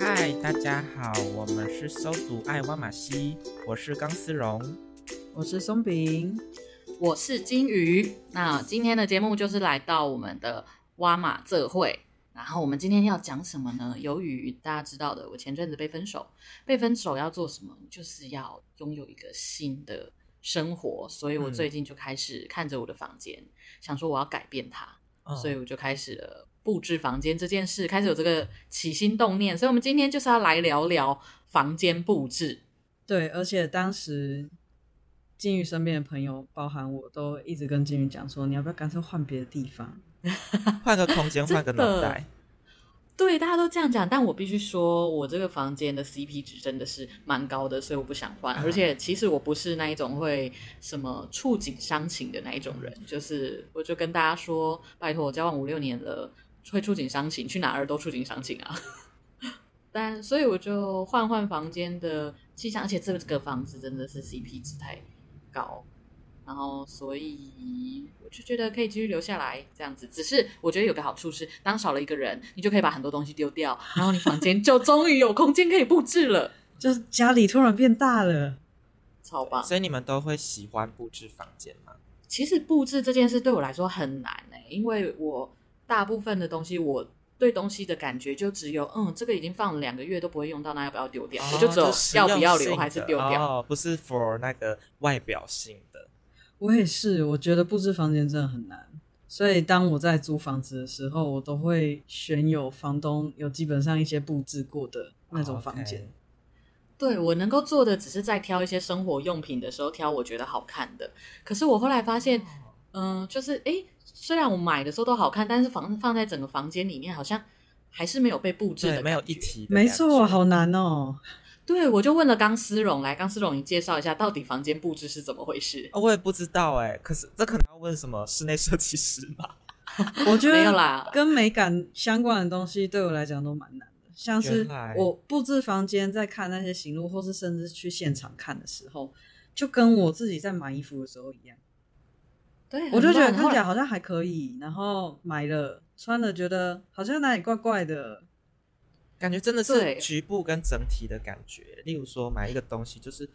嗨，大家好，我们是搜读爱挖马西，我是钢丝绒。我是松饼，我是金鱼。那今天的节目就是来到我们的挖马这会，然后我们今天要讲什么呢？由于大家知道的，我前阵子被分手，被分手要做什么？就是要拥有一个新的生活，所以我嗯最近就开始看着我的房间，想说我要改变它，嗯所以我就开始了布置房间这件事，开始有这个起心动念。所以我们今天就是要来聊聊房间布置。对，而且当时金鱼身边的朋友，包含我都一直跟金鱼讲说，你要不要干脆换别的地方？换个空间，真换的个脑袋，对，大家都这样讲，但我必须说，我这个房间的 CP 值真的是蛮高的，所以我不想换。啊而且其实我不是那一种会什么触景伤情的那一种人，就是我就跟大家说，拜托，我交往五六年了，会触景伤情，去哪儿都触景伤情啊。 但所以我就换换房间的气象，而且这个房子真的是 CP 值太高，然后所以我就觉得可以继续留下来这样子。只是我觉得有个好处是，当少了一个人，你就可以把很多东西丢掉，然后你房间就终于有空间可以布置了，就是家里突然变大了，超棒。所以你们都会喜欢布置房间吗？其实布置这件事对我来说很难呢、因为我大部分的东西我。对东西的感觉就只有，嗯，这个已经放了两个月都不会用到，那要不要丢掉？我就只有哦这实要用不要留性还是的丢掉。哦，不是 for 那个外表性的。我也是，我觉得布置房间真的很难。所以当我在租房子的时候，我都会选有房东有基本上一些布置过的那种房间。哦 OK 对我能够做的，只是在挑一些生活用品的时候挑我觉得好看的。可是我后来发现，哦嗯、就是诶，虽然我买的时候都好看，但是房放在整个房间里面，好像还是没有被布置的对，感没有觉一。体的感觉。没错，好难哦。对，我就问了钢丝绒，来，钢丝绒，你介绍一下到底房间布置是怎么回事？哦，我也不知道哎、可是这可能要问什么室内设计师吧？ 我觉没得有啦，跟美感相关的东西对我来讲都蛮难的，像是原来我布置房间在看那些行路，或是甚至去现场看的时候，就跟我自己在买衣服的时候一样，对，我就觉得哎很棒看起来后好来像还可以，然后买了穿了觉得好像哪里怪怪的，感觉真的是对局部跟整体的感觉。例如说买一个东西，就是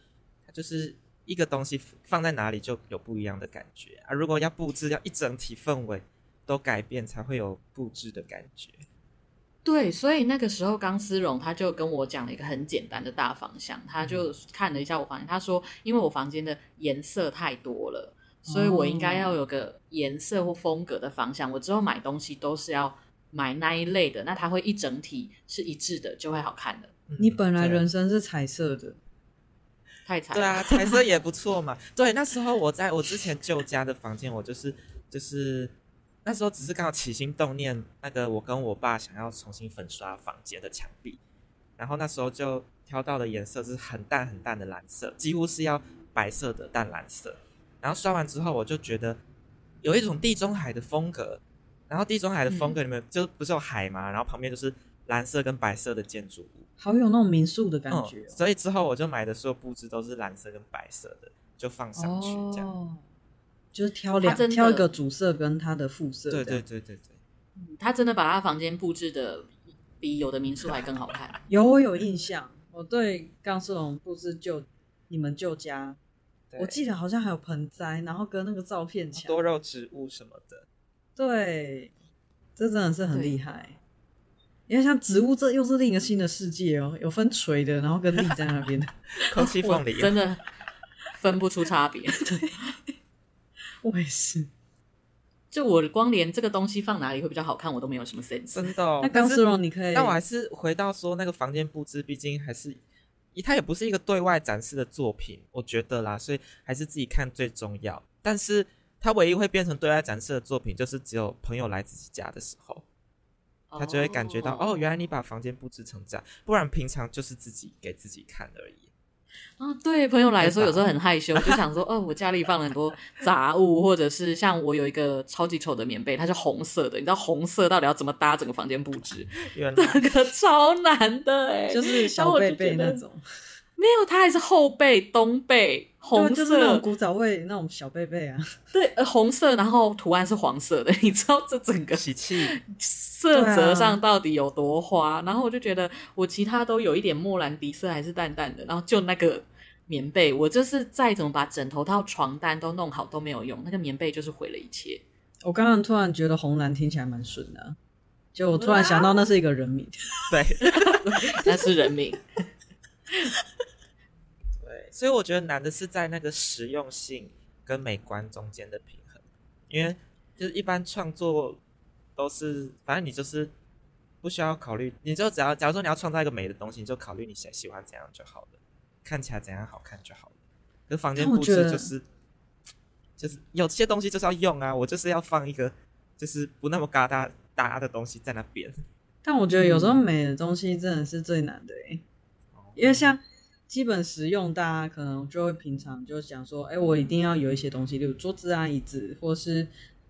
它就是一个东西放在哪里就有不一样的感觉啊。如果要布置，要一整体氛围都改变，才会有布置的感觉。对，所以那个时候钢丝绒他就跟我讲了一个很简单的大方向，他嗯就看了一下我房间，他说因为我房间的颜色太多了，所以我应哦该要有个颜色或风格的方向。我之后买东西都是要买那一类的，那它会一整体是一致的，就会好看的。嗯你本来对人生是彩色的，太惨了。对啊，彩色也不错嘛。对，那时候我在我之前旧家的房间，我就是就是那时候只是刚好起心动念，那个我跟我爸想要重新粉刷房间的墙壁，然后那时候就挑到的颜色是很淡很淡的蓝色，几乎是要白色的淡蓝色。然后刷完之后，我就觉得有一种地中海的风格。然后地中海的风格里面就不是有海嘛，然后旁边就是蓝色跟白色的建筑物，好有那种民宿的感觉哦嗯。所以之后我就买的所有布置都是蓝色跟白色的，就放上去这样。哦，就是挑两它真的挑一个主色跟它的副色这对样，对对对对，嗯他真的把他房间布置的比有的民宿还更好 看。有我有印象，我对钢丝绒布置旧你们旧家，对哦我记得好像还有盆栽，然后跟那个照片墙，多肉植物什么的，对，这真的是很对厉害。因为像植物，这又是另一个新的世界哦，有分垂的，然后跟立在那 边的。空哦气凤梨我真 的分不出差别。我也是，就我光连这个东西放哪里会比较好看，我都没有什么 sense。真的哦、那但钢丝是绒你可以，但我还是回到说那个房间布置，毕竟还是它也不是一个对外展示的作品，我觉得啦，所以还是自己看最重要。但是它唯一会变成对外展示的作品，就是只有朋友来自己家的时候，他就会感觉到哦原来你把房间布置成这样，不然平常就是自己给自己看而已。啊，对，朋友来的时候有时候很害羞，就想说，哦，我家里放了很多杂物，或者是像我有一个超级丑的棉被，它是红色的，你知道红色到底要怎么搭整个房间布置，原来 这个超难的哎、嗯就是小贝贝那种，没有，它还是后背、东背红对啊色，就是那种古早味那种小贝贝啊，对、呃，红色，然后图案是黄色的，你知道这整个喜气，色啊泽上到底有多花？然后我就觉得我其他都有一点莫兰迪色，还是淡淡的，然后就那个棉被，我就是再怎么把枕头套、床单都弄好都没有用，那个棉被就是毁了一切。我刚刚突然觉得红蓝听起来蛮顺的啊，就我突然想到那是一个人名，对那是人 命，对，所以我觉得难的是在那个实用性跟美观中间的平衡，因为就是一般创作都是，反正你就是不需要考虑，你就只要假如说你要创造一个美的东西，你就考虑你喜喜欢怎样就好了，看起来怎样好看就好了。可是房间但我布觉置得就是就是有些东西就是要用啊，我就是要放一个就是不那么嘎哒哒的东西在那边。但我觉得有时候美的东西真的是最难的、欸，因为像基本实用，大家可能就会平常就想说，哎、我一定要有一些东西，例如桌子啊、椅子，或是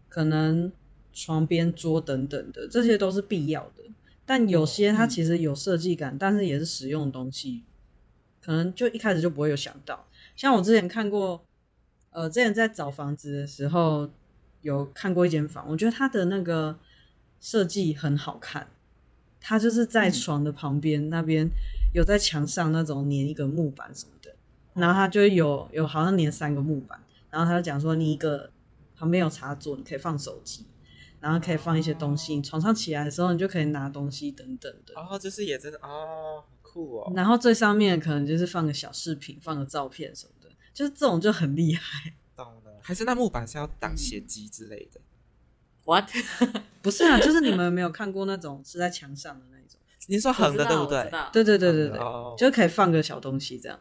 可能床边桌等等的，这些都是必要的。但有些它其实有设计感，但是也是实用的东西，可能就一开始就不会有想到。像我之前看过，呃，之前在找房子的时候有看过一间房，我觉得它的那个设计很好看，它就是在床的旁边、那边有在墙上那种粘一个木板什么的，然后它就有有好像粘三个木板，然后他就讲说你一个旁边有插座，你可以放手机。然后可以放一些东西，你床上起来的时候你就可以拿东西等等的。哦，就是也真的哦，好酷哦。然后最上面可能就是放个小饰品，放个照片什么的，就是这种就很厉害。懂了，还是那木板是要嗯挡血迹之类的？ what？不是啊，就是你们有没有看过那种是在墙上的那一种？你说横的对不我对知？道对对对对对，哦就可以放个小东西这样。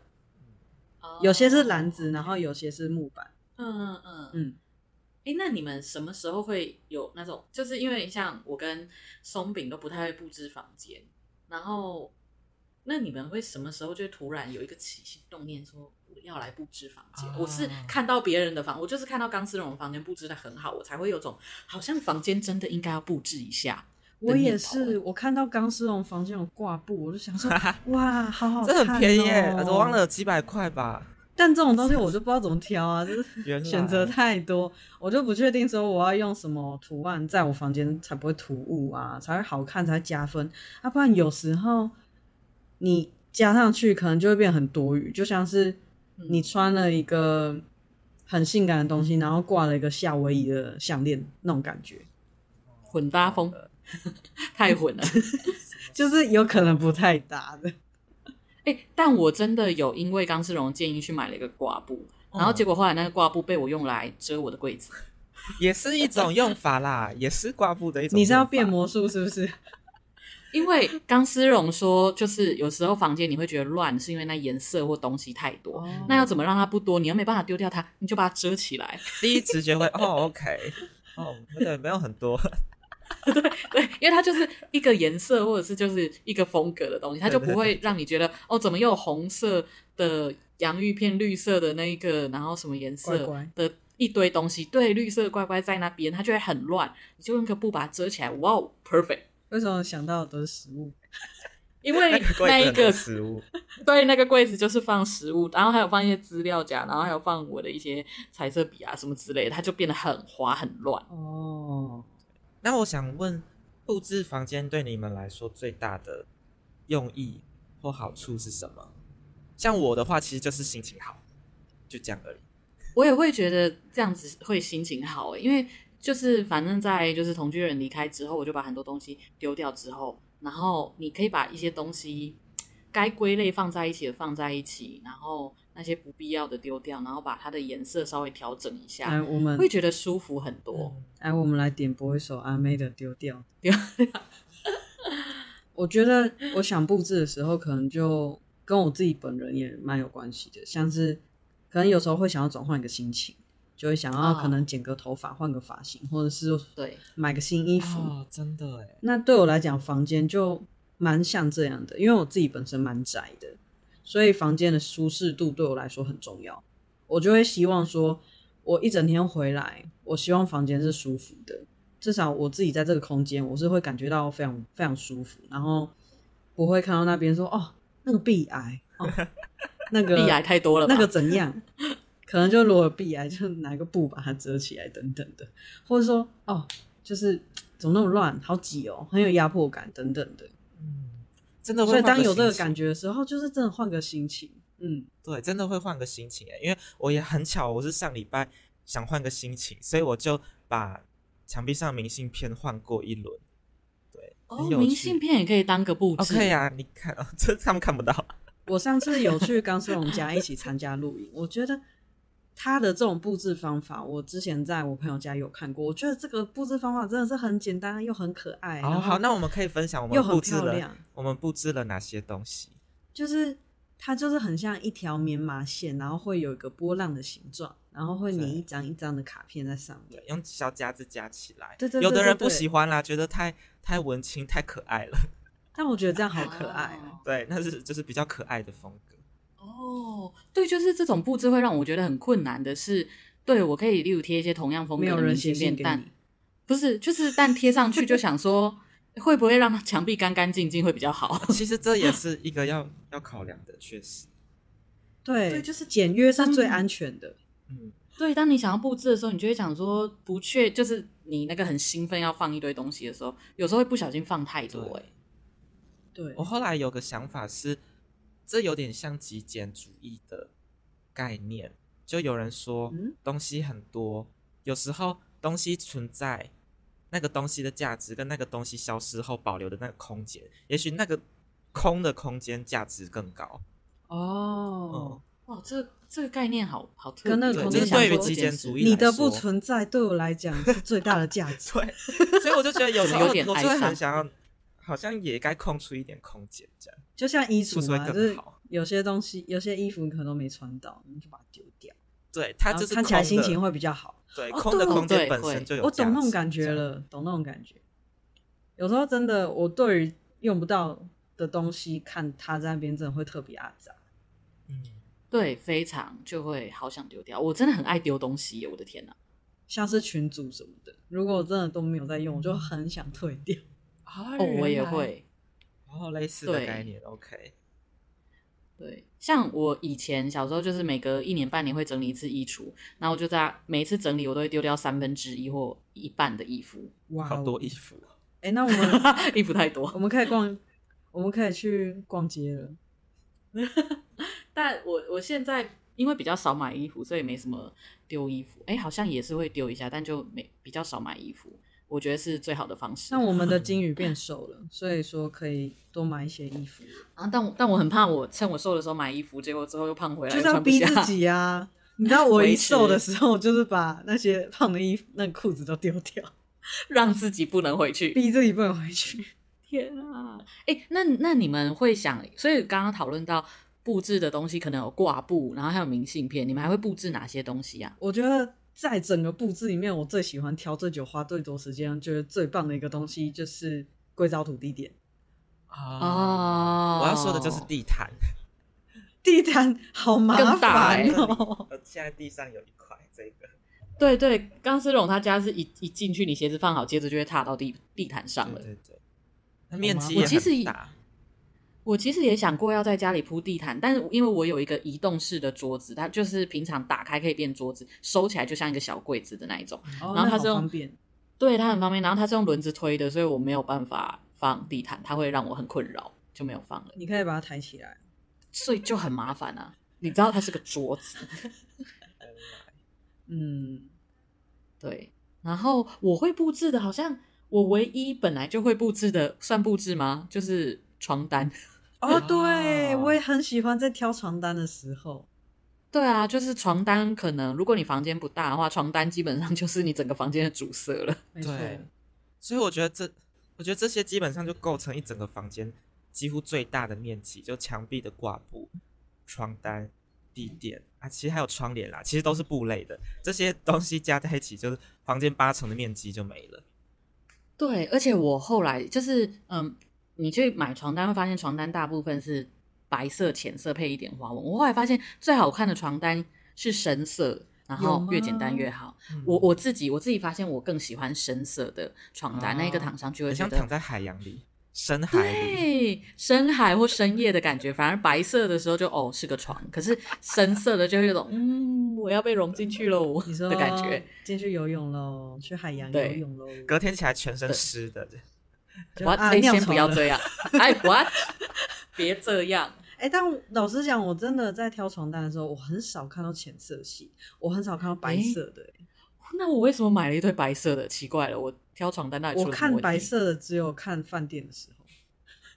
有些是篮子，然后有些是木板。哦嗯嗯嗯。嗯，哎，那你们什么时候会有那种？就是因为像我跟松饼都不太会布置房间，然后那你们会什么时候就突然有一个起心动念说我要来布置房间？啊我是看到别人的房，我就是看到钢丝绒房间布置的很好，我才会有种好像房间真的应该要布置一下。哦我也的念是，头我看到钢丝绒房间有挂布，我 就想说，哇，好好看、这哦，很便宜耶，我忘了。有几百块吧。但这种东西我就不知道怎么挑啊，就是 原来选择太多，我就不确定说我要用什么图案在我房间才不会突兀啊，才会好看，才会加分。啊，不然有时候你加上去可能就会变很多余，就像是你穿了一个很性感的东西，然后挂了一个夏威夷的项链那种感觉，混搭风，太混了。 就是有可能不太搭的。哎、但我真的有因为钢丝绒建议去买了一个挂布，然后结果后来那个挂布被我用来遮我的柜子。也是一种用法啦，也是挂布的一种。你是要变？魔术是不是？因为钢丝绒说，就是有时候房间你会觉得乱，是因为那颜色或东西太哦多。那要怎么让它不多？你又没办法丢掉它，你就把它遮起来。第一直觉会哦，OK，哦， 对，没有很多，对，因为它就是一个颜色或者是就是一个风格的东西，它就不会让你觉得哦，怎么又有红色的洋芋片、绿色的那一个，然后什么颜色乖乖的一堆东西。对，绿色乖乖在那边，它就会很乱，你就用个布把它遮起来。哇哦，perfect！ 为什么想到的都是食物？因为那柜一子很多个食物，对，那个柜子就是放食物，然后还有放一些资料夹，然后还有放我的一些彩色笔啊什么之类的，它就变得很滑很乱。哦，那我想问，布置房间对你们来说最大的用意或好处是什么？像我的话，其实就是心情好，就这样而已。我也会觉得这样子会心情好、欸，因为就是反正在就是同居人离开之后，我就把很多东西丢掉之后，然后你可以把一些东西该归类放在一起的放在一起，然后那些不必要的丢掉，然后把它的颜色稍微调整一下，哎，我嗯们会觉得舒服很多。哎，我们来点播一首阿妹的《丢掉》。丢我觉得我想布置的时候，可能就跟我自己本人也蛮有关系的，像是可能有时候会想要转换一个心情，就会想要啊可能剪个头发、换个发型，或者是对，买个新衣服。哦，真的哎，那对我来讲，房间就蛮像这样的，因为我自己本身蛮宅的，所以房间的舒适度对我来说很重要。我就会希望说，我一整天回来，我希望房间是舒服的，至少我自己在这个空间，我是会感觉到非常非常舒服，然后不会看到那边说哦，那个壁癌，哦，那个 壁癌太多了吧那个怎样？可能就如果有壁癌，就拿个布把它遮起来，等等的，或者说哦，就是怎么那么乱，好挤哦，很有压迫感等等的。嗯，真的会所以换当有这个心情感觉的时候，就是真的换个心情，嗯，对，真的会换个心情哎，因为我也很巧，我是上礼拜想换个心情，所以我就把墙壁上明信片换过一轮。对，哦很，有明趣信片也可以当个布哦，置，可以啊，你看啊，这他们看不哦到。我上次有去冈斯隆家一起参加露营，我觉得他的这种布置方法，我之前在我朋友家有看过，我觉得这个布置方法真的是很简单又很可爱。哦，然后好，那我们可以分享我又们很布置漂了亮，我们布置了哪些东西？就是它就是很像一条棉麻线，然后会有一个波浪的形状，然后会粘一张一张的卡片在上面对。，用小夹子夹起来。对对对有的人对不对喜欢啦，觉得太太文青、太可爱了。 但我觉得这样好可爱哦。哦。对，那是就是比较可爱的风格。哦，对，就是这种布置会让我觉得很困难的是，对我可以例如贴一些同样风没格有的人明写信信片，给但你，不是就是但贴上去就想说会不会让墙壁干干净净会比较好？ 其实这也是一个要要考量的，确实。对，对就是简约是最安全的。嗯，对，当你想要布置的时候，你就会想说不确，就是你那个很兴奋要放一堆东西的时候，有时候会不小心放太多、对哎，对我，后来有个想法是，这有点像极简主义的概念。就有人说嗯，东西很多，有时候东西存在，那个东西的价值跟那个东西消失后保留的那个空间，也许那个空的空间价值更高。哦嗯，，哇，这这个概念好好特别，哦跟那个对，空这间是想对于说极简主义，义你来的不说存在对我来讲是最大的价值。对，所以我就觉得有时候有点我就会哀伤很想嗯要，好像也该空出一点空间这样。就像衣是不橱是会嘛，更就是好有些东西，有些衣服你可能都没穿到，你就把它丢掉，对，它然就后是哦看起来空心的情会比较好。对，哦空的对空间对本会身就有我懂那种价值感觉。这样了，懂那种感觉。有时候真的，我对于用不到的东西，看它在那边真的会特别阿杂。嗯，对，非常就会好想丢掉。我真的很爱丢东西耶，我的天哪！像是群组什么的，如果我真的都没有在用，我就很想退 掉。哦哦，我也，会。然后类似的对概念，OK，对，像我以前小时候，就是每隔一年半年会整理一次衣橱，然后我就在每一次整理，我都会丢掉三分之一或一半的衣服， 哇好多哎衣服哦，、诶那我们衣服太我多。们可以逛，我们可以去逛街了。但我我现在因为比较少买衣服，所以没什么丢衣服。哎，好像也是会丢一下，但就没比较少买衣服。我觉得是最好的方式。那我们的金鱼变瘦了，所以说可以多买一些衣服，啊，但我但我很怕我趁我瘦的时候买衣服，结果之后又胖回来，就又这样穿不逼下。自己啊。你知道我一 维持瘦的时候，就是把那些胖的衣服、那个裤子都丢掉，让自己不能回去。逼自己不能回去。 天啊！哎、那那你们会想，所以刚刚讨论到布置的东西，可能有挂布，然后还有明信片，你们还会布置哪些东西啊呀、我觉得在整个布置里面，我最喜欢挑最久、花最多时间、觉得最棒的一个东西就是硅藻土地点。啊，哦我要说的就是地毯，地毯好麻更大烦哎哦、我现在地上有一块这个，对对，钢丝绒他家是一一进去，你鞋子放好，接着就会踏到地地毯上了对。对对，那面积我也其实很以大，我其实也想过要在家里铺地毯，但是因为我有一个移动式的桌子，它就是平常打开可以变桌子，收起来就像一个小柜子的那一种。哦然后那它是好用方便，对，它很方便。然后它是用轮子推的，所以我没有办法放地毯，它会让我很困扰，就没有放了。你可以把它抬起来。所以就很麻烦啊。你知道它是个桌子，嗯，对。然后我会布置的，好像我唯一本来就会布置的，算布置吗？就是床单。 哦，哦对，我也很喜欢在挑床单的时候，对啊，就是床单，可能如果你房间不大的话，床单基本上就是你整个房间的主色了。 没错，对所以我觉得这，我觉得这些基本上就构成一整个房间几乎最大的面积，就墙壁的挂布、床单、地垫啊，其实还有窗帘啦，其实都是布类的，这些东西加在一起，就是房间八成的面积就没了。对，而且我后来就是，嗯，你去买床单会发现，床单大部分是白色、浅色配一点花纹。我后来发现，最好看的床单是深色，然有后吗越简单越好。嗯我我自己我自己发现，我更喜欢深色的床单，那个哦躺上去会很觉像得躺在海洋里、深海里，对，深海或深夜的感觉，反而白色的时候就哦是个床，可是深色的就会有种嗯我要被融进去喽你说的感觉。进去游泳喽，去海洋游对泳喽，隔天起来全身湿的。就我啊哎尿先不床要了这样，哎我别这样，哎、但我老实讲，我真的在挑床单的时候，我很少看到浅色系，我很少看到白色的欸、那我为什么买了一堆白色的？奇怪了，我挑床单那里出我了什么看问题白色的只有看饭店的时候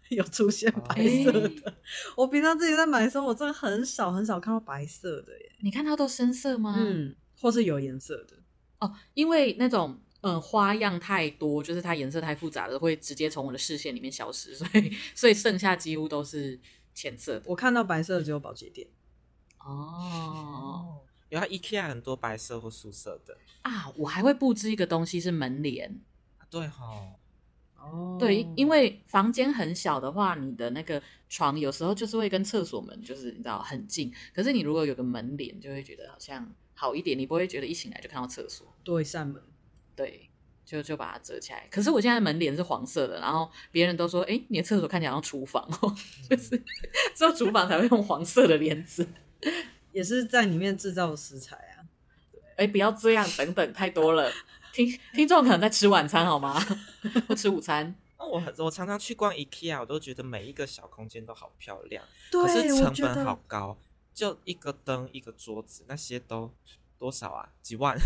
有出现哦白色的。我平常自己在买的时候，我真的很少很少看到白色的耶。你看它都深色吗？嗯，或是有颜色的。哦，因为那种嗯花样太多，就是它颜色太复杂了，会直接从我的视线里面消失，所以所以剩下几乎都是浅色的。我看到白色的只有保洁店。哦哦，然后 IKEA 很多白色或素色的，啊，我还会布置一个东西是门帘，啊对吼，哦对，因因为房间很小的话，你的那个床有时候就是会跟厕所门就是你知道很近，可是你如果有个门帘，就会觉得好像好一点，你不会觉得一醒来就看到厕所。多一扇门。对，就就把它遮起来。可是我现在门帘是黄色的，然后别人都说，哎，你的厕所看起来像厨房哦， 就是只有厨房才会用黄色的帘子。也是在里面制造食材啊，哎，不要这样，等等，太多了。听听众可能在吃晚餐好吗？ 或吃午餐。那我很我常常去逛 IKEA，我都觉得每一个小空间都好漂亮，可是对，我成觉本好得高，就一个灯、一个桌子，那些都多少啊？几万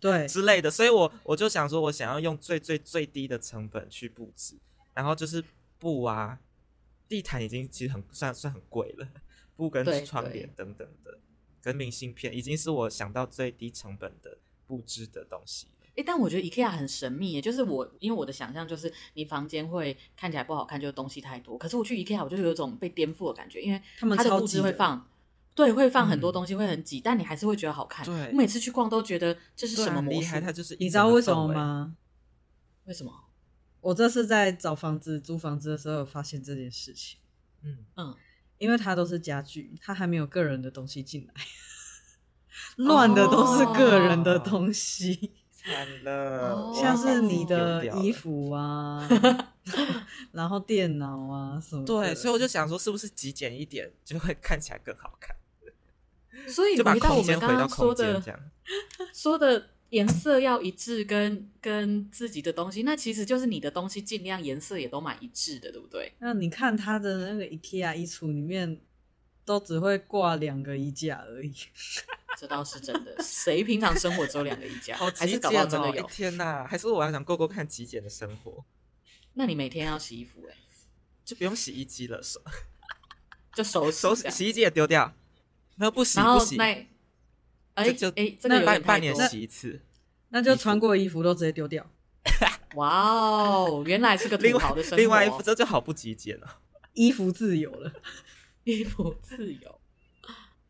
对，之类的。所以我我就想说，我想要用最最最低的成本去布置，然后就是布啊、地毯已经其实很算算很贵了，布对跟窗对帘等等的，跟明信片已经是我想到最低成本的布置的东西了。哎，但我觉得 IKEA 很神秘耶，就是我因为我的想象就是你房间会看起来不好看，就是东西太多。可是我去 IKEA，我就有一种被颠覆的感觉，因为他们它的超布级置会的放，对，会放很嗯多东西，会很挤，但你还是会觉得好看。对我每次去逛都觉得这是对什啊么魔厉术害？？它就是一你知整道个为什氛么围？吗？为什么？我这次在找房子、租房子的时候有发现这件事情，嗯，嗯，因为它都是家具，它还没有个人的东西进来，乱的都是个人哦的东西，惨了，哦我要像把是自己你的丢掉了衣。服啊， 然后电脑啊什么的。对，所以我就想说，是不是极简一点就会看起来更好看？所以就把哎回到我空间们回刚到刚说空间的这样。说的颜色要一致跟，跟自己的东西，那其实就是你的东西尽量颜色也都蛮一致的，对不对？那你看它的那个 IKEA 衣橱里面，都只会挂两个衣架而已。这倒是真的。谁平常生活只有两个衣架？好还极是搞简不哦！好真的哎有？天哪，还是我要想过过看极简的生活，那你每天要洗衣服、哎，就不用洗衣机了，手 就手手洗这样啊洗衣机也丢掉，没有不洗然不后洗，那，哎就哎，这个半有点太半年多。洗一次。那就穿过的衣服都直接丢掉。哇哦，原来是个另土外豪的生活。另外一副这就好不极简了，衣服自由了，衣服自由，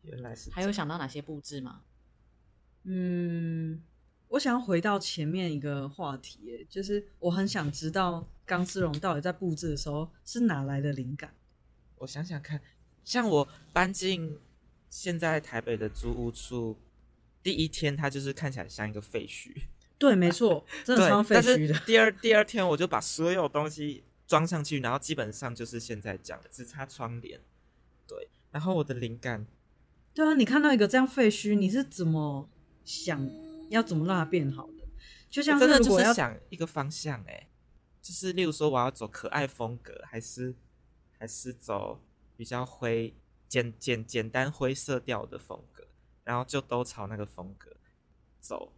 原来是这样还有想到哪些布置吗？嗯，我想要回到前面一个话题耶，就是我很想知道钢丝绒到底在布置的时候是哪来的灵感。我想想看，像我搬进现在台北的租屋处，第一天它就是看起来像一个废墟，对，没错，真的超对，废但墟是的。 第二第二天我就把所有东西装上去，然后基本上就是现在讲的，只差窗帘。对，然后我的灵感，对啊，你看到一个这样废墟，你是怎么想要怎么让它变好的？就像我真的如就果要是想一个方向、欸，就是例如说我要走可爱风格，还是还是走比较灰简简简单灰色调的风格，然后就都朝那个风格走。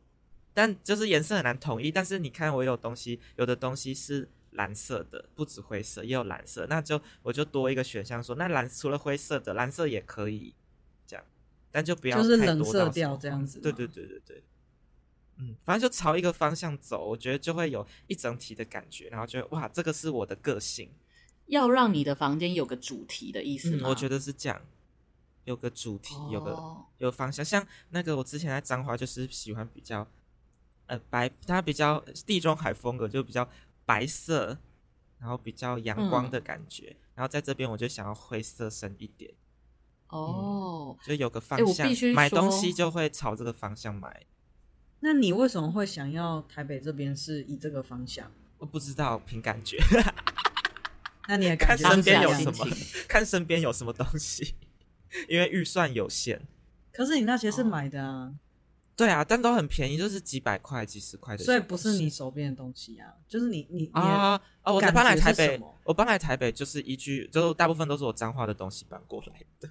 但就是颜色很难统一，但是你看我有东西，有的东西是蓝色的，不止灰色，也有蓝色，那就我就多一个选项说，那蓝除了灰色的，蓝色也可以这样。但就不要就是太冷多色到什调么这样方子对吗对对对对，嗯，反正就朝一个方向走，我觉得就会有一整体的感觉，然后觉得哇，这个是我的个性。要让你的房间有个主题的意思嗯，吗？我啊觉得是这样，有个主题，有个哦有方向。像那个我之前在彰化，就是喜欢比较呃白，它比较地中海风格，就比较白色，然后比较阳光的感觉。然后在这边我就想要灰色深一点，哦，嗯就有个方诶我向必须，买说东西就会朝这个方向买。那你为什么会想要台北这边是以这个方向？我不知道，凭感觉， 那你的看感觉当身边下有心什么？么情，看身边有什么东西，因为预算有限。可是你那些哦是买的啊，对啊，但都很便宜，就是几百块、几十块的小所东以西。不是你手边的东西啊，就是你你你的啊啊！我感搬来觉台是什北么，我搬来台北就是依据，就是大部分都是我彰化的东西搬过来的。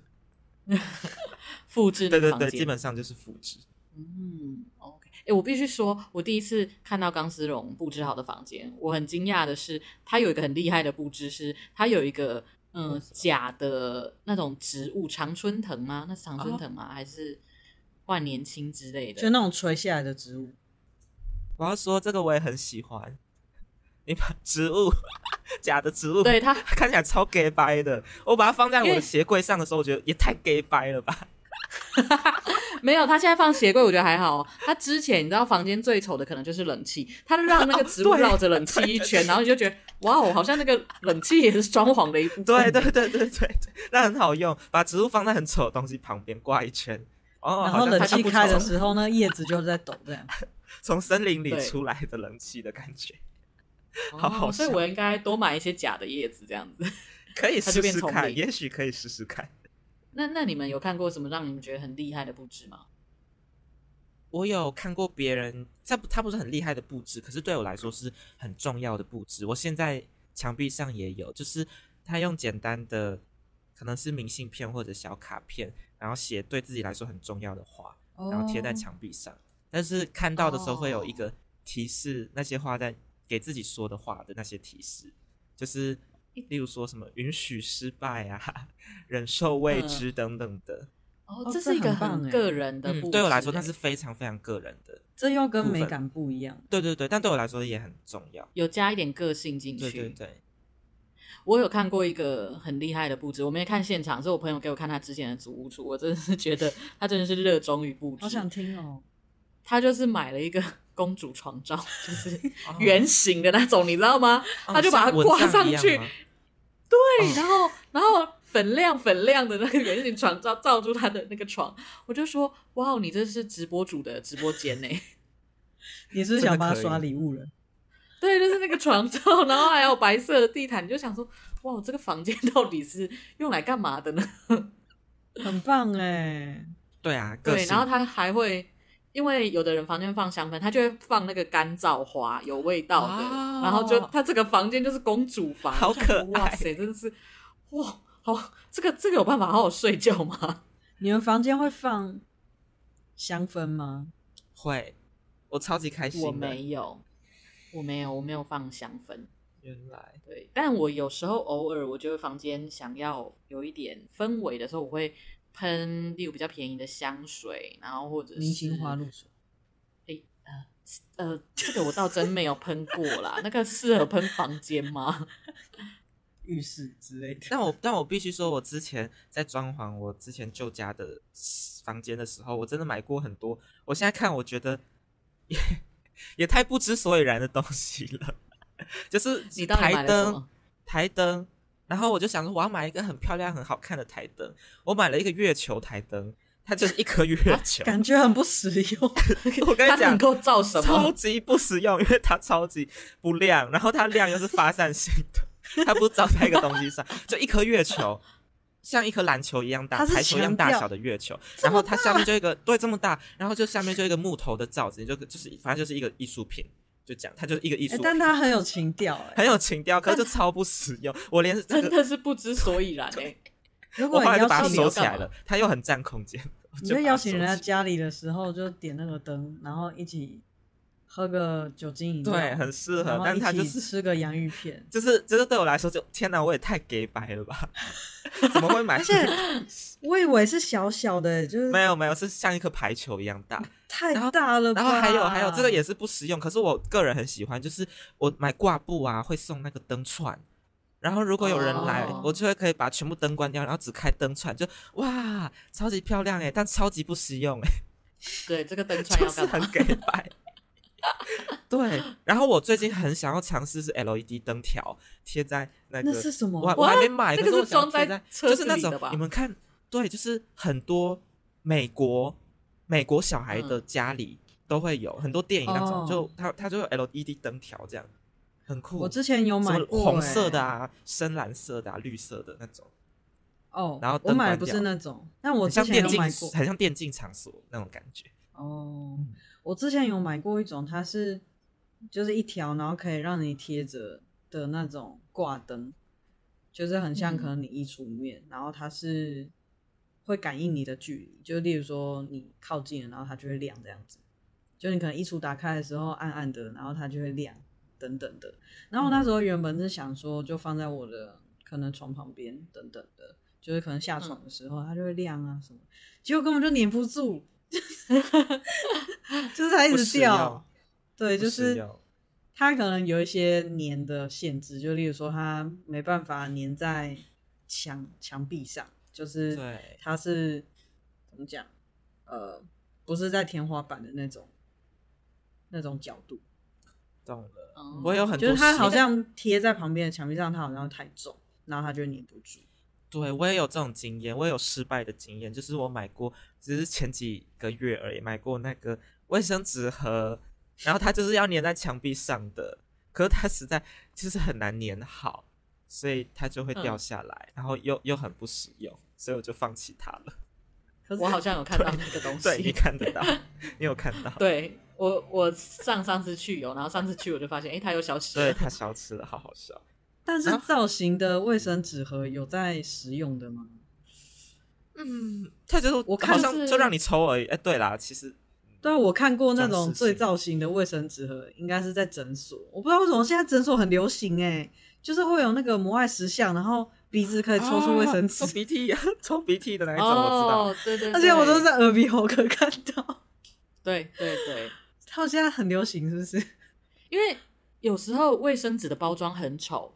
复制对对那个房对，间。基本上就是复制。嗯，OK，哎、我必须说，我第一次看到钢丝绒布置好的房间，我很惊讶的是，它有一个很厉害的布置是，它有一个嗯、呃假的那种植物常春藤吗？那是常哦春藤吗？还是万年青之类就的？那种垂下来的植物，我要说这个我也很喜欢，你把植物 假的植物，对它， 看起来超 gay 掰的。我把它放在我因的为鞋柜上的时候，我觉得也太 gay 掰了吧？没有，它现在放鞋柜，我觉得还好。哦它之前你知道，房间最丑的可能就是冷气，它就让那个植物哦对绕着冷气一圈，然后你就觉 得哇哦，好像那个冷气也是装潢的一部分。对对对对对对，那很好用。把植物放在很丑的东西旁边挂一圈，哦，然好后像冷它就气不开的丑时候，那叶子就在抖，这样从森林里对出来的冷气的感觉，哦，好好所以笑我应该多买一些假的叶子这样子。可以它试就变试丛看，林也许可以试试看。那那你们有看过什么让你们觉得很厉害的布置吗？我有看过别人，他不他不是很厉害的布置，可是对我来说是很重要的布置。我现在墙壁上也有，就是他用简单的，可能是明信片或者小卡片，然后写对自己来说很重要的话，哦然后贴哦在墙壁上。但是看到的时候会有一个提示，那些话在给自己说的话的那些提示，就是例如说什么允许失败啊， 忍受未嗯知等等的。哦哦，这这是一个很棒很哎个人的布置、嗯，对我来说那哎是非常非常个人的。这又跟部分美感不一样。对对对，但对我来说也很重要。有加一点个性进去。对对对，我有看过一个很厉害的布置，我没看现场，是我朋友给我看他之前的主屋处，我真的是 觉得他真的是热衷于布置。好想听哦，他就是买了一个 公主床罩，就是圆形的那种，你知道吗？哦他就把它像蚊挂帐上一样去吗对，哦然后然后粉亮粉亮的那个圆形床罩罩住他的那个床，我就说哇哦，你这是直播主的直播间欸呢。你是不是想帮他刷礼物了？对，就是那个床罩，然后还有白色的地毯，你就想说，哇，这个房间到底是用来干嘛的呢？很棒哎，对啊，个对，性然后他还会，因为有的人房间放香氛，他就会放那个干燥花，有味道的，哦然后就他这个房间就是公主房，好我想说可哇爱塞，真的是，哇，好，这个这个有办法好好睡觉吗？你们房间会放香氛吗？会，我超级开心的。我没有，我没有，我没有放香氛。原来对，但我有时候偶尔，我觉得房间想要有一点氛围的时候，我会喷，例如比较便宜的香水，然后或者是明星花露水，呃，这个我倒真没有喷过啦。那个适合喷房间 吗？浴室之类的。但我但我必须说，我之前在装潢我之前旧家的房间的时候，我真的买过很多。我现在看，我觉得也也太不知所以然的东西了。就是你到底买台了什灯么？，台灯，然后我就想说，我要买一个很漂亮、很好看的台灯。我买了一个月球台灯，它就是一颗月球，感觉很不实用，我跟你啊它讲能够造什超么？级不实用，因为它超级不亮，然后它亮又是发散性 的，它不是照在一个东西上，就一颗月球，像一颗篮球一样大，它是排球一样大强调小的月球，然后它下面就一个对这么大，然后就下面就一个木头的罩子，你就就是反正就是一个艺术品，就讲它就是一个艺术哎品，但它很有情调哎。很有情调，可是就超不实 用，我连那真个的是不知所以然哎、如我果后你来就邀把它请你收起来干嘛了，它又很占空间，我你就就把它邀请收人家起来家里的时候，就点那个灯，然后一起喝个酒精饮料，对，很适然合，后但一它就起是吃个洋芋片，就是就是对我来说就天哪，我也太给白了吧？ 怎么会买？而且我以为是小小的，就是 嗯没有没有，是像一颗排球一样大。然太后大了吧。然后还有还有，这个也是不实用，可是我个人很喜欢，就是我买挂布啊，会送那个灯串。然后如果有人来，哦我就会可以把全部灯关掉，然后只开灯串，就哇，超级漂亮哎，但超级不实用哎，对，这 个灯串就要是干嘛？很给白。 对，然后我最近很想要尝试是 LED 灯条贴在那个那是什么？我我还没买，那可个是我是想装在贴在车就是子那里种的吧你们看，对，就是很多美国美国小孩的家里都会有、很多电影那种，哦就它它就有 LED 灯条这样，很酷。我之前有什买么过、红色的欸啊，深蓝色的啊，绿色的那种，哦，然后我灯买的关不是掉那种，但我很之像前电有竞，买过很像电竞场所那种感觉。哦，我之前有买过一种，它是就是一条，然后可以让你贴着的那种挂灯，就是很像嗯可能你衣橱里面，然后它是会感应你的距离，就例如说你靠近了，然后它就会亮这样子。就你可能衣橱打开的时候暗暗的，然后它就会亮等等的。然后我那时候原本是想说，就放在我的可能床旁边等等的，就是可能下床的时候它就会亮啊什么。结果根本就粘 不住，就是它一不直实用掉。对，不就实是用它可能有一些粘的限制，就例如说它没办法粘在墙墙壁上，就是对它是怎么讲？呃，不是在天花板的那种那种角度，懂了。嗯我有很就多是实，它好像贴在旁边的墙壁上，它好像太重，然后它就粘不住。对我也有这种经验，我也有失败的经验，就是我买过，只是前几个月而已，买过那个卫生纸盒，然后它就是要粘在墙壁上的，可是它实在就是很难粘好，所以它就会掉下来，然后又又很不实用，所以我就放弃它了。可是嗯我好像有看到那个东对， 你西。看得到，你有看到？ 对我，我上上次去有，然后上次去我就发现，哎，它又消失对，了。它消失了，好好笑。但是啊造型的卫生纸盒有在使用的吗？嗯，它就是好我看像是就让你抽而已。哎，对啦，其实对啊，我看过那装种饰最性造型的卫生纸盒，应该是在诊所。我不知道为什么现在诊所很流行哎、就是会有那个摩爱石像，然后鼻子可以抽出卫生纸 啊抽，鼻涕，抽鼻涕的那一种，我哎知道。哦，对对，而且我都对是在耳鼻喉科看到。对对对，他们现在很流行，是不是？ 因为有时候卫生纸的包装很丑，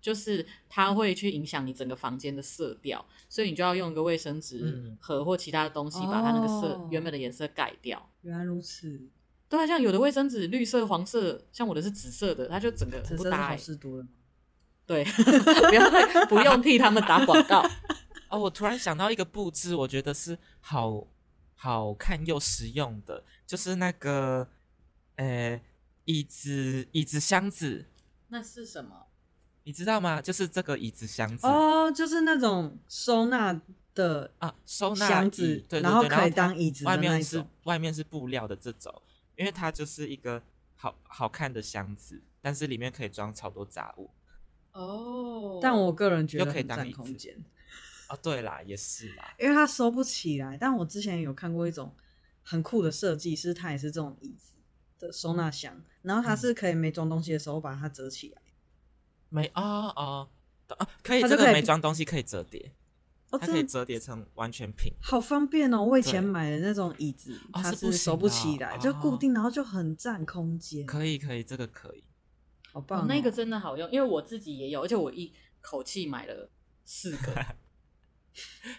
就是它会去影响你整个房间的色调，所以你就要用一个卫生纸嗯盒或其他的东西把它那个色、哦原本的颜色盖掉。原来如此，对啊，像有的卫生纸绿色、黄色，像我的是紫色的，它就整个紫很不色是搭、好欸。事多了吗？对， 不要再不用替他们打广告。哦，我突然想到一个布置，我觉得是好好看又实用的，就是那个呃椅子椅子箱子， 那是什么？你知道吗？就是这个椅子箱子、哦，就是那种收纳的啊，收纳箱椅子，对对对，然然后它可以当椅子的外那面一是种。外面是布料的这种，因为它就是一个好好看的箱子，但是里面可以装超多杂物。哦但我个人觉又得可以很当占椅子空间，哦，对啦，也是啦，因为它收不起来。但我之前有看过一种很酷的设计，是它也是这种椅子的收纳箱，嗯然后它是可以没装东西的时候把它折起来。没哦哦啊，可以它这就个可以没装东西可以折叠，哦，它可以真的折叠成完全平。好方便哦！我以前对买的那种椅子，哦它是不行收不起来，的就固哦定，然后就很占空间，可以可以，这个可以。好棒哦哦。那个真的好用，因为我自己也有，而且我一口气买了四个。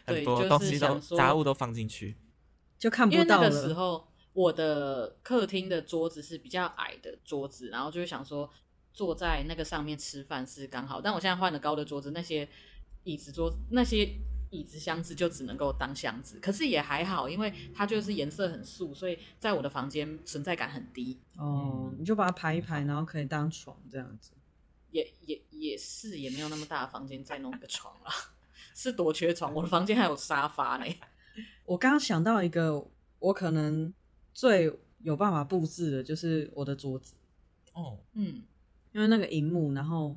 对很多就是东西都想说杂物都放进去，就看因不为那到个时了。候我的客厅的桌子是比较矮的桌子，然后就是想说坐在那个上面吃饭是刚好，但我现在换了高的桌子，那些椅子桌那些椅子箱子就只能够当箱子，可是也还好，因为它就是颜色很素，所以在我的房间存在感很低。哦，嗯你就把它排一排，然后可以当床这样子。也也也是也没有那么大的房间再弄个床啦，是多缺床。我的房间还有沙发呢。我刚刚想到一个，我可能最有办法布置的就是我的桌子，哦，嗯，因为那个荧幕，然后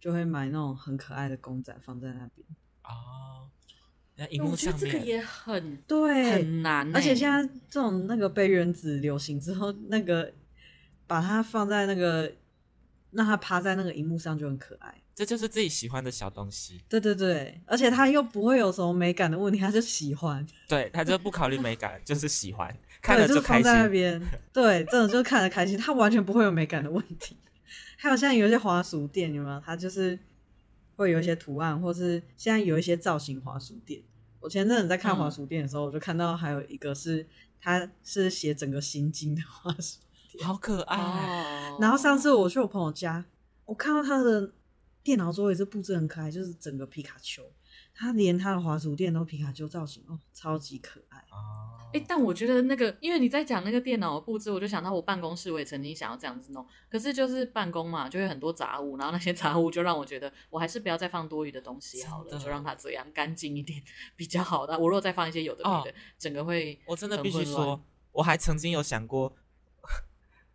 就会买那种很可爱的公仔放在那边。哦，那荧我幕觉上得这个面，也很对，很难欸、而且现在这种那个杯原子流行之后，那个把它放在那个，让它趴在那个荧幕上就很可爱。这就是自己喜欢的小东西。对对对，而且它又不会有什么美感的问题，它就喜欢，对，他就不考虑美感，就是喜欢，看对，了就是开放心在。那边，对，真的就是看着开心，它完全不会有美感的问题。还有像有一些滑鼠垫，有没有？它就是会有一些图案，或是现在有一些造型滑鼠垫。我前阵子在看嗯滑鼠垫的时候，我就看到还有一个是它是写整个心经的滑鼠好可爱，啊哦，然后上次我去我朋友家，我看到他的电脑桌也是布置很可爱，就是整个皮卡丘，他连他的滑鼠垫都皮卡丘造型哦，超级可爱。哦哎、但我觉得那个，因为你在讲那个电脑的布置，我就想到我办公室，我也曾经想要这样子弄，可是就是办公嘛，就会很多杂物，然后那些杂物就让我觉得，我还是不要再放多余的东西好真了，的就让它这样干净一点比较好的。我如果再放一些有的没的，哦整个会我真的很必须混乱说，我还曾经有想过，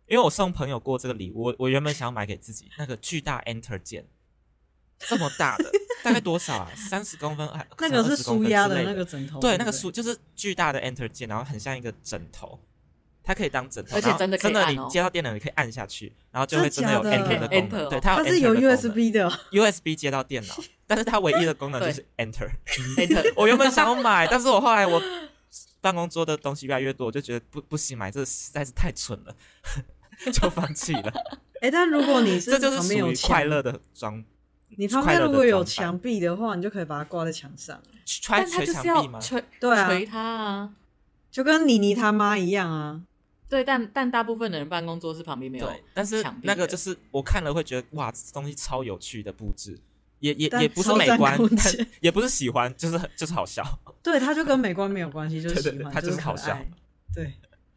因为我送朋友过这个礼物，我我原本想要买给自己那个巨大 Enter 键，这么大的，大概多少啊？三十公分还那个是20公舒分压之类那的个枕头，对，那不个书就是巨大的 Enter 键，然后很像一个枕头，它可以当枕头，而且然后真的可真以的按你哦接到电脑，你可以按下去，然后就会真真的的有假的 Enter 的功 Enter 哦能，对，它它是 Enter 的有功能 USB 的哦， USB 接到电脑，但是它唯一的功能就对是 Enter。 enter 我原本想要买，但是我后来我办公桌的东西越来越多，我就觉得不不行，买这实在是太蠢了， 就放弃 了。哎，但如果你是这就是旁属边有于快墙，乐的装，你旁快边乐如的果有装扮墙壁的话，你就可以把它挂在墙上，穿但它捶就墙是壁要吗？捶对啊捶它啊。就跟妮妮他妈一样啊。对，但但大部分的人办公桌是旁边没有对，但是墙壁那个的就是我看了会觉得哇，这东西超有趣的布置，也也但也不是超美占观空，但间也不是喜欢，就是很就是好 笑。对，它就跟美观没有关 系，就是对对喜对欢，它就是是好可笑爱。对，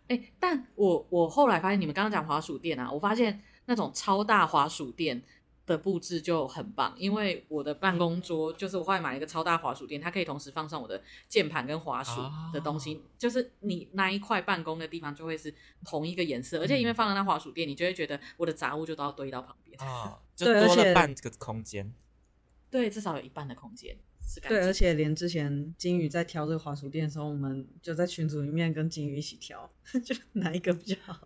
哎、但我我后来发现，你们刚刚讲滑鼠垫啊，我发现那种超大滑鼠垫的布置就很棒，因为我的办公桌就是我后来买了一个超大滑鼠垫，它可以同时放上我的键盘跟滑鼠的东哦西，就是你那一块办公的地方就会是同一个颜色，而且嗯因为放了那滑鼠垫，你就会觉得我的杂物就都要堆到旁边，啊，就对而多了且半个空间。对，至少有一半的空间是干净对，的。而且连之前金鱼在挑这个滑鼠垫的时候，我们就在群组里面跟金鱼一起挑， 就哪一个比较好。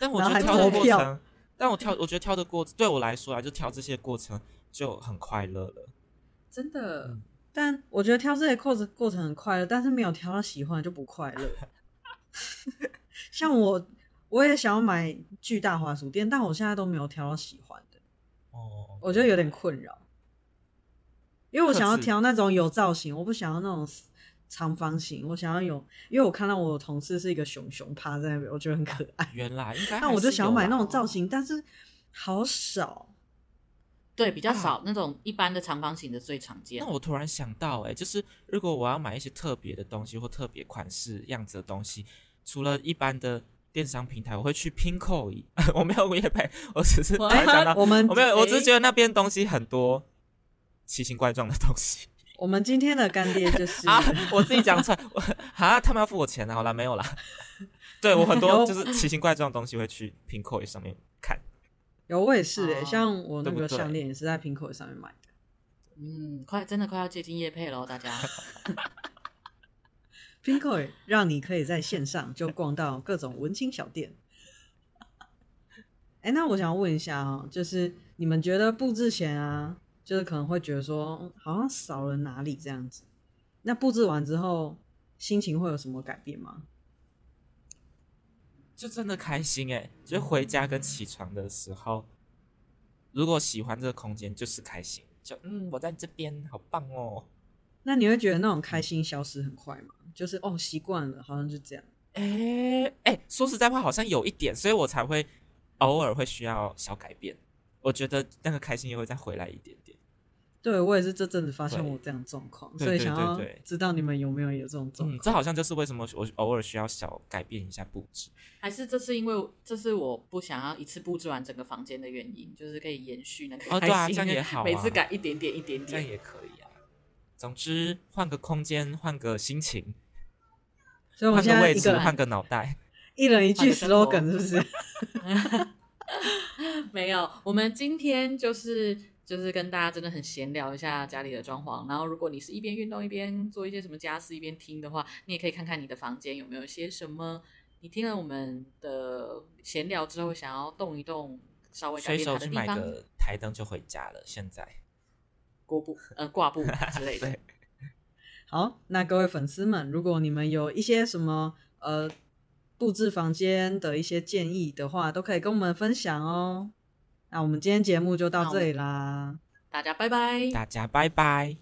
但我然觉得后还挑的投过票程，但我挑我觉得挑的过对我来说啊，就挑这些过程就很快乐了。真的，嗯但我觉得挑这些扣子过程很快乐，但是没有挑到喜欢就不快乐。 像我，我也想要买巨大滑鼠垫，但我现在都没有挑到喜欢的，哦，我觉得有点困扰。因为我想要克制挑那种有造型，我不想要那种长方形，我想要有，因为我看到我同事是一个熊熊趴在那边，我觉得很可爱。原来应哎该还是有啦。那我就想要买那种造型，但是好少。对比较啊少、那种一般的长方形的最常见那。我突然想到、欸，哎，就是如果我要买一些特别的东西或特别款式样子的东西，除了一般的电商平台，我会去拼扣。 我没有也配，我只是突然想到，我们我没有，我只是哎觉得那边东西很多奇形怪状的东西我们今天的干爹就是啊，我自己讲出来，我啊，他们要付我钱啊，好啦，没有啦。 对我很多就是奇形怪状的东西会去拼扣上面看，有我也是哎、哦像我那对个不对项链也是在平口上面买的。嗯，快真的快要接近叶配喽，大家。平口让你可以在线上就逛到各种文青小店。哎、那我想问一下哦，就是你们觉得布置前啊，就是可能会觉得说嗯好像少了哪里这样子，那布置完之后心情会有什么改变吗？就真的开心哎、嗯就回家跟起床的时候，如果喜欢这个空间，就是开心，就嗯，我在这边好棒哦。那你会觉得那种开心消失很快吗？就是哦，习惯了，好像就这样。哎、哎、说实在话，好像有一点，所以我才会偶尔会需要小改变。我觉得那个开心也会再回来一点点。对我也是这阵子发现对我这样的状况，对所以对想对要对知道你们有没有有这种状嗯，这好像就是为什么我偶尔需要小改变一下布置。还是这是因为这是我不想要一次布置完整个房间的原因，就是可以延续那个哦开对啊心，这样也好啊每次改一点点一嗯点这样点。也可以啊。总之，换个空间，换个心情，所以我换们现个在位一置，个换个脑袋。一人一句换个生活 slogan 是不是？ 没有，我们今天就是就是跟大家真的很闲聊一下家里的装潢，然后如果你是一边运动一边做一些什么家事一边听的话，你也可以看看你的房间有没有一些什么。你听了我们的闲聊之后，想要动一动，稍微随改变手它的去地买方，个台灯就回家了。现在锅布呃挂 布之类的对。好，那各位粉丝们，如果你们有一些什么呃布置房间的一些建议的话，都可以跟我们分享哦。那我们今天节目就到这里啦。大家拜拜。大家拜拜。